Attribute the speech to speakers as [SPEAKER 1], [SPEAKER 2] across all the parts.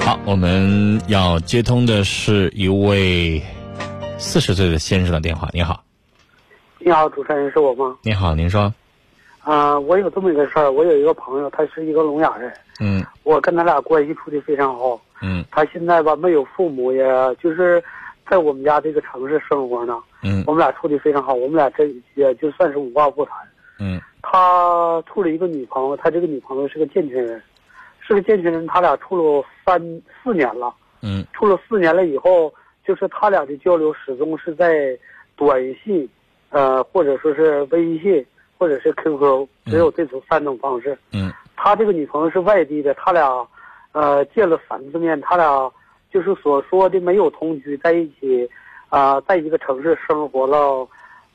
[SPEAKER 1] 好，我们要接通的是一位四十岁的先生的电话。你好，
[SPEAKER 2] 你好，主持人是我吗？
[SPEAKER 1] 你好，您说，
[SPEAKER 2] 啊、我有这么一个事儿，我有一个朋友，他是一个聋哑人，
[SPEAKER 1] 嗯
[SPEAKER 2] 我跟他俩关系处的非常好。
[SPEAKER 1] 嗯
[SPEAKER 2] 他现在吧没有父母，也就是在我们家这个城市生活呢。
[SPEAKER 1] 嗯
[SPEAKER 2] 我们俩处的非常好，我们俩这也就算是无话不谈。
[SPEAKER 1] 嗯
[SPEAKER 2] 他处了一个女朋友，他这个女朋友是个健全人，是个健全人，他俩处了三四年了。
[SPEAKER 1] 嗯
[SPEAKER 2] 处了四年了以后，就是他俩的交流始终是在短信，呃，或者说是微信，或者是 QQ，只有这种三种方式。
[SPEAKER 1] 嗯
[SPEAKER 2] 他这个女朋友是外地的，他俩，呃，见了三次面，他俩就是所说的没有同居在一起，啊、在一个城市生活了，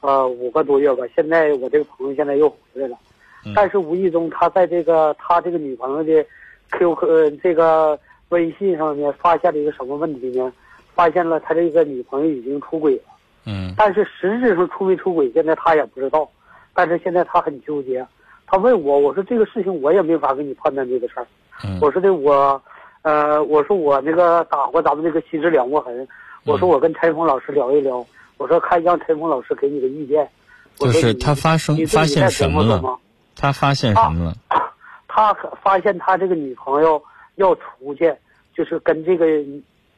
[SPEAKER 2] 呃，五个多月吧。现在我这个朋友现在又回来了，
[SPEAKER 1] 嗯
[SPEAKER 2] 但是无意中他在这个他这个女朋友的 QQ 呃这个微信上呢，发现了一个什么问题呢？发现了他这个女朋友已经出轨了，
[SPEAKER 1] 嗯
[SPEAKER 2] 但是实质上出没出轨，现在他也不知道。但是现在他很纠结，他问我，我说这个事情我也没法给你判断这个事儿。
[SPEAKER 1] 嗯
[SPEAKER 2] 我说的我，呃，我说我那个打过咱们那个西直两过
[SPEAKER 1] 嗯
[SPEAKER 2] 痕，我说我跟陈峰老师聊一聊，我说看让陈峰老师给你个意见。我说
[SPEAKER 1] 就是
[SPEAKER 2] 你
[SPEAKER 1] 他发生
[SPEAKER 2] 你自己
[SPEAKER 1] 发现
[SPEAKER 2] 在
[SPEAKER 1] 什
[SPEAKER 2] 琢
[SPEAKER 1] 么
[SPEAKER 2] 磨琢
[SPEAKER 1] 了
[SPEAKER 2] 磨
[SPEAKER 1] 他发现什么了？
[SPEAKER 2] 他可发现他这个女朋友要出去，就是跟这个，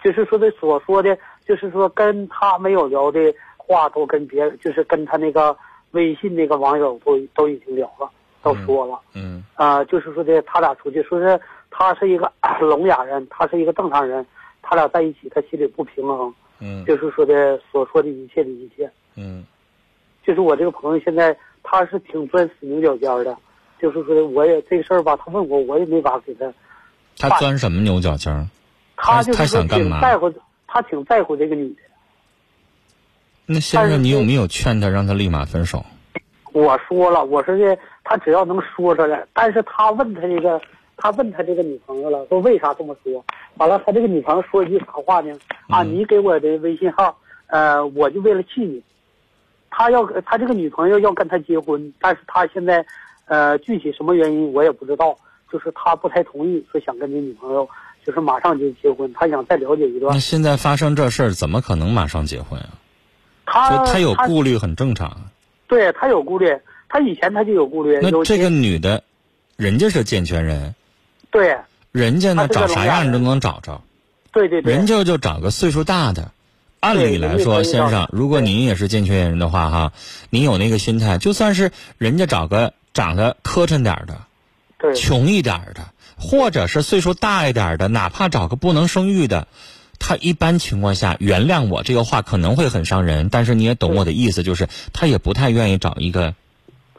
[SPEAKER 2] 就是说的所说的，就是说跟他没有聊的话都跟别，就是跟他那个微信那个网友都都已经聊了，都说了。
[SPEAKER 1] 嗯
[SPEAKER 2] 啊，就是说的他俩出去，说是他是一个 聋哑人，他是一个正常人，他俩在一起，他心里不平衡，
[SPEAKER 1] 嗯
[SPEAKER 2] 就是说的所说的一切的一切，
[SPEAKER 1] 嗯
[SPEAKER 2] 就是我这个朋友现在他是挺钻死牛角尖儿的，就是说的我也这事儿吧，他问我我也没法给他，
[SPEAKER 1] 他钻什么牛角尖儿？哎
[SPEAKER 2] 他
[SPEAKER 1] 他
[SPEAKER 2] 就是
[SPEAKER 1] 他
[SPEAKER 2] 说
[SPEAKER 1] 想干
[SPEAKER 2] 挺
[SPEAKER 1] 嘛
[SPEAKER 2] 在乎，他挺在乎这个女的。
[SPEAKER 1] 那先
[SPEAKER 2] 但是
[SPEAKER 1] 生，你有
[SPEAKER 2] 这
[SPEAKER 1] 没有劝他让他立马分手？
[SPEAKER 2] 我说了，我说的他只要能说出来，但是他问他这个，他问他这个女朋友了，说为啥这么说？完了，他这个女朋友说一句啥话呢？
[SPEAKER 1] 嗯
[SPEAKER 2] 啊，你给我的微信号，呃，我就为了气你。他要他这个女朋友要跟他结婚，但是他现在，呃，具体什么原因我也不知道，就是他不太同意，说想跟你女朋友就是马上就结婚，他想再了解一段
[SPEAKER 1] 那。现在发生这事儿，怎么可能马上结婚啊？
[SPEAKER 2] 他
[SPEAKER 1] 就他有顾虑很正常啊。
[SPEAKER 2] 对他有顾虑，他以前他就有顾虑。
[SPEAKER 1] 那
[SPEAKER 2] 有
[SPEAKER 1] 这
[SPEAKER 2] 些
[SPEAKER 1] 个女的，人家是健全人，
[SPEAKER 2] 对
[SPEAKER 1] 人家呢
[SPEAKER 2] 她是
[SPEAKER 1] 找
[SPEAKER 2] 个
[SPEAKER 1] 啥
[SPEAKER 2] 聋哑
[SPEAKER 1] 样
[SPEAKER 2] 人
[SPEAKER 1] 都能找着，
[SPEAKER 2] 对对对，
[SPEAKER 1] 人家就找个岁数大的。按理来说，
[SPEAKER 2] 人家可以
[SPEAKER 1] 先
[SPEAKER 2] 找
[SPEAKER 1] 生，如果
[SPEAKER 2] 对
[SPEAKER 1] 您也是健全人的话，哈，您有那个心态，就算是人家找个长得磕碜点儿的、
[SPEAKER 2] 对
[SPEAKER 1] 穷一点儿的，或者是岁数大一点儿的，哪怕找个不能生育的，他一般情况下，原谅我这个话可能会很伤人，但是你也懂我的意思，就是他也不太愿意找一个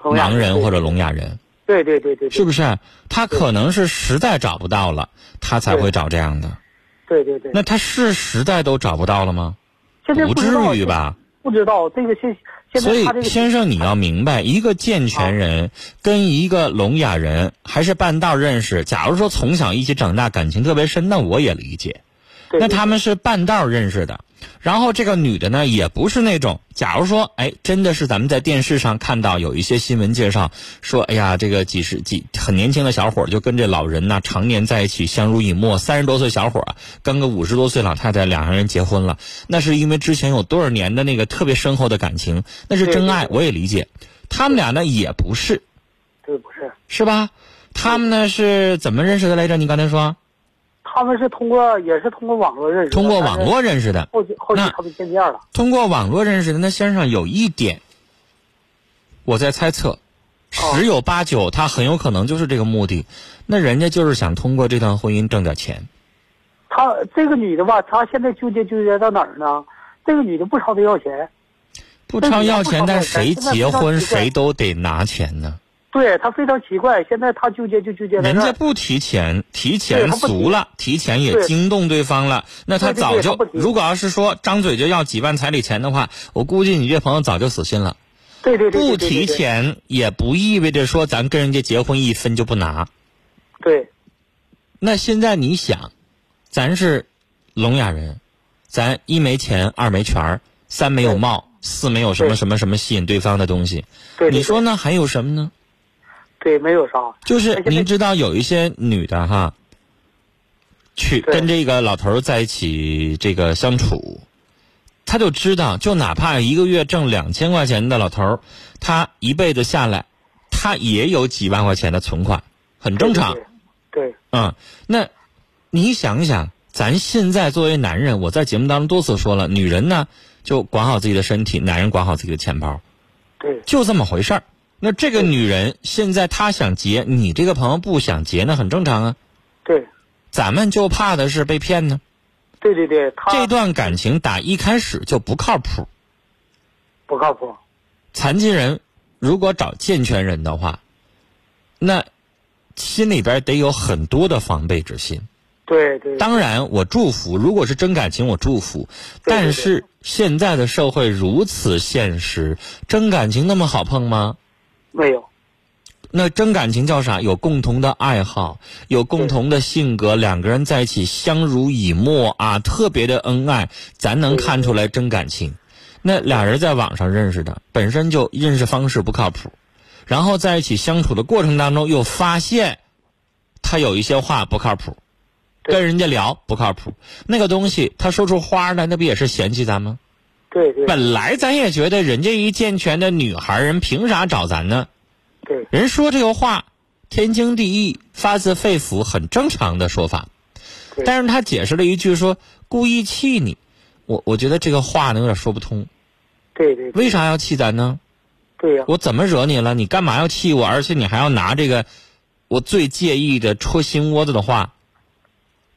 [SPEAKER 2] 聋哑
[SPEAKER 1] 盲人或
[SPEAKER 2] 者
[SPEAKER 1] 者聋哑人。
[SPEAKER 2] 对对对对，对
[SPEAKER 1] 是不是？他可能是实在找不到了，他才会找这样的。
[SPEAKER 2] 对对对。
[SPEAKER 1] 那他是实在都找不到了吗？
[SPEAKER 2] 现在
[SPEAKER 1] 不
[SPEAKER 2] 知
[SPEAKER 1] 至
[SPEAKER 2] 道
[SPEAKER 1] 于？吧？
[SPEAKER 2] 不知道这个现现
[SPEAKER 1] 所
[SPEAKER 2] 在
[SPEAKER 1] 以
[SPEAKER 2] 他这，个
[SPEAKER 1] 先生，你要明白，一个健全人跟一个聋哑人还是半道认识。假如说从小一起长大，感情特别深，那我也理解。
[SPEAKER 2] 对
[SPEAKER 1] 那
[SPEAKER 2] 对
[SPEAKER 1] 他们是半道认识的，然后这个女的呢，也不是那种，假如说，哎，真的是咱们在电视上看到有一些新闻介绍说，哎呀，这个几十几很年轻的小伙儿就跟这老人呐、常年在一起相濡以沫，三十多岁小伙儿啊跟个五十多岁老太太，两个人结婚了，那是因为之前有多少年的那个特别深厚的感情，那是
[SPEAKER 2] 对
[SPEAKER 1] 真
[SPEAKER 2] 对
[SPEAKER 1] 爱，
[SPEAKER 2] 对
[SPEAKER 1] 我也理解。他们俩呢也不是，
[SPEAKER 2] 对不是，
[SPEAKER 1] 是吧？他们呢是怎么认识的来着？你刚才说
[SPEAKER 2] 他们是通过也是通过网络认识的，
[SPEAKER 1] 通过
[SPEAKER 2] 但是
[SPEAKER 1] 网络认识的。
[SPEAKER 2] 后期后期
[SPEAKER 1] 那
[SPEAKER 2] 他们见面了，
[SPEAKER 1] 通过网络认识的那先生有一点，我在猜测，十有八九他很有可能就是这个目的。那人家就是想通过这段婚姻挣点钱。
[SPEAKER 2] 他这个女的吧，她现在纠结纠结到哪儿呢？这个女的不朝他要钱，
[SPEAKER 1] 不朝要钱，
[SPEAKER 2] 那
[SPEAKER 1] 但
[SPEAKER 2] 你要
[SPEAKER 1] 谁
[SPEAKER 2] 不朝要钱
[SPEAKER 1] 结婚
[SPEAKER 2] 那非常奇怪
[SPEAKER 1] 谁都得拿钱呢。
[SPEAKER 2] 对她非常奇怪。现在她纠结就纠结在
[SPEAKER 1] 人
[SPEAKER 2] 这
[SPEAKER 1] 家
[SPEAKER 2] 儿，
[SPEAKER 1] 不提钱，提钱
[SPEAKER 2] 对他不提
[SPEAKER 1] 俗了，提钱也
[SPEAKER 2] 对
[SPEAKER 1] 惊动对方了。那他
[SPEAKER 2] 对对
[SPEAKER 1] 早
[SPEAKER 2] 对
[SPEAKER 1] 就
[SPEAKER 2] 他不，提
[SPEAKER 1] 如果要是说张嘴就要几万彩礼钱的话，我估计你这朋友早就死心了。
[SPEAKER 2] 对对对
[SPEAKER 1] 不
[SPEAKER 2] 对对
[SPEAKER 1] 提
[SPEAKER 2] 对对
[SPEAKER 1] 钱也不意味着说咱跟人家结婚一分就不拿。
[SPEAKER 2] 对
[SPEAKER 1] 那现在你想，咱是聋哑人，咱一没钱，二没权儿，三没有貌，四没有什么
[SPEAKER 2] 对
[SPEAKER 1] 什么什么吸引对方的东西。
[SPEAKER 2] 对，
[SPEAKER 1] 你
[SPEAKER 2] 对
[SPEAKER 1] 说呢？还有什么呢？
[SPEAKER 2] 对没有啥，
[SPEAKER 1] 就是
[SPEAKER 2] 而且那
[SPEAKER 1] 您知道有一些女的哈，去
[SPEAKER 2] 对
[SPEAKER 1] 跟这个老头儿在一起这个相处，他就知道，就哪怕一个月挣两千块钱的老头儿，他一辈子下来，他也有几万块钱的存款，很正常。。
[SPEAKER 2] 对，
[SPEAKER 1] 嗯，那你想想，咱现在作为男人，我在节目当中多次说了，女人呢就管好自己的身体，男人管好自己的钱包，
[SPEAKER 2] 对，
[SPEAKER 1] 就这么回事儿。那这个女人现在她想结，你这个朋友不想结，那很正常啊。
[SPEAKER 2] 对，
[SPEAKER 1] 咱们就怕的是被骗呢。
[SPEAKER 2] 对对对，他
[SPEAKER 1] 这段感情打一开始就不靠谱。
[SPEAKER 2] 不靠谱。
[SPEAKER 1] 残疾人如果找健全人的话，那心里边得有很多的防备之心。
[SPEAKER 2] 对对，
[SPEAKER 1] 当然，我祝福，如果是真感情，我祝福。
[SPEAKER 2] 对对
[SPEAKER 1] 但是现在的社会如此现实，真感情那么好碰吗？
[SPEAKER 2] 没有。
[SPEAKER 1] 那真感情叫啥？有共同的爱好，有共同的性格，两个人在一起相濡以沫啊，特别的恩爱，咱能看出来真感情。那俩人在网上认识的，本身就认识方式不靠谱，然后在一起相处的过程当中，又发现他有一些话不靠谱，
[SPEAKER 2] 对
[SPEAKER 1] 跟人家聊不靠谱，那个东西他说出花来，那不也是嫌弃咱吗？
[SPEAKER 2] 对对
[SPEAKER 1] 本来咱也觉得人家一健全的女孩儿，人凭啥找咱呢？
[SPEAKER 2] 对
[SPEAKER 1] 人说这个话，天经地义，发自肺腑，很正常的说法。
[SPEAKER 2] 对
[SPEAKER 1] 但是他解释了一句说故意气你，我我觉得这个话呢有点说不通。
[SPEAKER 2] 对对
[SPEAKER 1] 为啥要气咱呢？
[SPEAKER 2] 对呀，
[SPEAKER 1] 我怎么惹你了？你干嘛要气我？而且你还要拿这个我最介意的戳心窝子的话，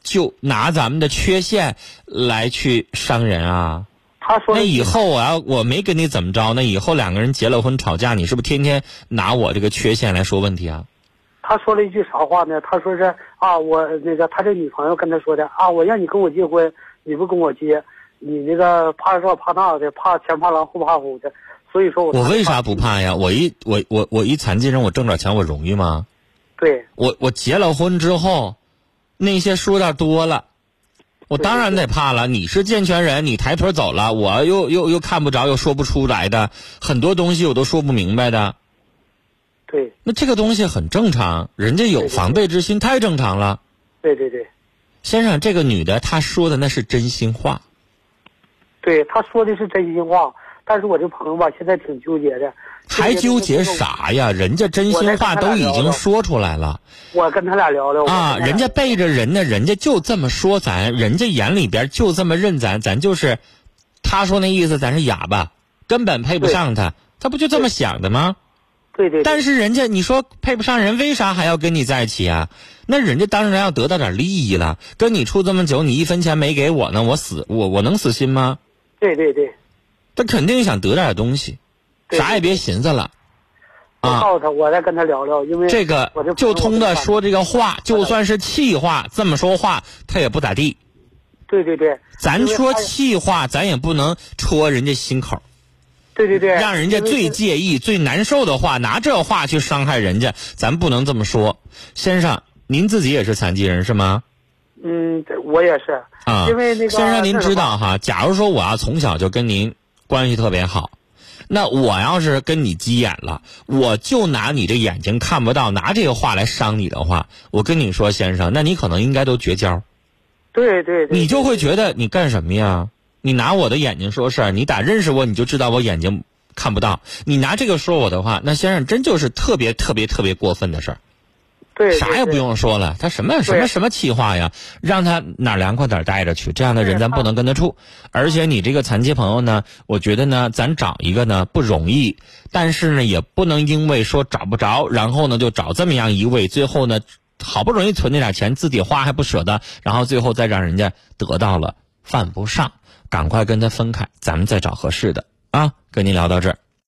[SPEAKER 1] 就拿咱们的缺陷来去伤人啊！
[SPEAKER 2] 他说
[SPEAKER 1] 那
[SPEAKER 2] 的
[SPEAKER 1] 以后我要我没跟你怎么着，那以后两个人结了婚吵架，你是不是天天拿我这个缺陷来说问题啊？
[SPEAKER 2] 他说了一句啥话呢？他说是啊，我那个他这女朋友跟他说的啊，我让你跟我结婚，你不跟我结，你那个怕这怕那的，怕前怕狼后怕虎的，所以说我
[SPEAKER 1] 我为啥不怕呀？我一我我我一残疾人，我挣点钱，我容易吗？
[SPEAKER 2] 对
[SPEAKER 1] 我我结了婚之后，那些说道多了，我当然得怕了。你是健全人，你抬腿走了，我又又又看不着，又说不出来的，很多东西我都说不明白的。
[SPEAKER 2] 对
[SPEAKER 1] 那这个东西很正常，人家有
[SPEAKER 2] 对对
[SPEAKER 1] 防备之心，太正常了。
[SPEAKER 2] 对对对
[SPEAKER 1] 先生，这个女的她说的那是真心话，
[SPEAKER 2] 对，他说的是真心话，但是我这朋友吧，现在挺纠结的，
[SPEAKER 1] 还纠结
[SPEAKER 2] 就是这个
[SPEAKER 1] 啥呀？人家真
[SPEAKER 2] 我
[SPEAKER 1] 心
[SPEAKER 2] 在跟
[SPEAKER 1] 话
[SPEAKER 2] 他
[SPEAKER 1] 都
[SPEAKER 2] 俩
[SPEAKER 1] 已
[SPEAKER 2] 聊
[SPEAKER 1] 经
[SPEAKER 2] 了
[SPEAKER 1] 说出来了。
[SPEAKER 2] 我跟他俩聊
[SPEAKER 1] 啊，
[SPEAKER 2] 聊我跟他俩
[SPEAKER 1] 人家背着人呢，人家就这么说咱，人家眼里边就这么认咱，咱就是，他说那意思，咱是哑巴，根本配不上他，他不就这么想的吗？
[SPEAKER 2] 对对，对
[SPEAKER 1] 但是人家你说配不上人，为啥还要跟你在一起啊？那人家当然要得到点利益了，跟你处这么久，你一分钱没给我呢，我死我我能死心吗？
[SPEAKER 2] 对对对，
[SPEAKER 1] 他肯定想得到点东西，
[SPEAKER 2] 对
[SPEAKER 1] 啥也别寻思了，
[SPEAKER 2] 我
[SPEAKER 1] 啊。
[SPEAKER 2] 告诉他，我再跟他聊聊，因为
[SPEAKER 1] 这个
[SPEAKER 2] 我这
[SPEAKER 1] 就通的
[SPEAKER 2] 的
[SPEAKER 1] 说这个话，就算是气话，这么说话他也不咋地。
[SPEAKER 2] 对对对，因
[SPEAKER 1] 咱
[SPEAKER 2] 为
[SPEAKER 1] 说
[SPEAKER 2] 他
[SPEAKER 1] 气话，咱也不能戳人家心口，
[SPEAKER 2] 对对对，
[SPEAKER 1] 让人家
[SPEAKER 2] 因为
[SPEAKER 1] 最
[SPEAKER 2] 是
[SPEAKER 1] 介意、最难受的话，拿这话去伤害人家，咱不能这么说。先生，您自己也是残疾人是吗？
[SPEAKER 2] 嗯，我也是，
[SPEAKER 1] 啊，
[SPEAKER 2] 因为那个
[SPEAKER 1] 先生，您
[SPEAKER 2] 那什
[SPEAKER 1] 知
[SPEAKER 2] 么
[SPEAKER 1] 道哈，假如说我要从小就跟您关系特别好，那我要是跟你急眼了，我就拿你这眼睛看不到，拿这个话来伤你的话，我跟你说，先生，那你可能应该都绝交。
[SPEAKER 2] 对对对，
[SPEAKER 1] 你就会觉得你干什么呀？你拿我的眼睛说事儿，你打认识我你就知道我眼睛看不到。你拿这个说我的话，那先生真就是特别特别特别过分的事儿，
[SPEAKER 2] 对对
[SPEAKER 1] 啥也不用说了。他什么什么什么气话呀？让他哪儿凉快哪儿待着去，这样的人
[SPEAKER 2] 对
[SPEAKER 1] 咱不能跟他处。而且你这个残疾朋友呢，我觉得呢，咱找一个呢不容易，但是呢也不能因为说找不着，然后呢就找这么样一位，最后呢好不容易存那点钱，自己花还不舍得，然后最后再让人家得到了犯不上，赶快跟他分开，咱们再找合适的啊。跟您聊到这儿。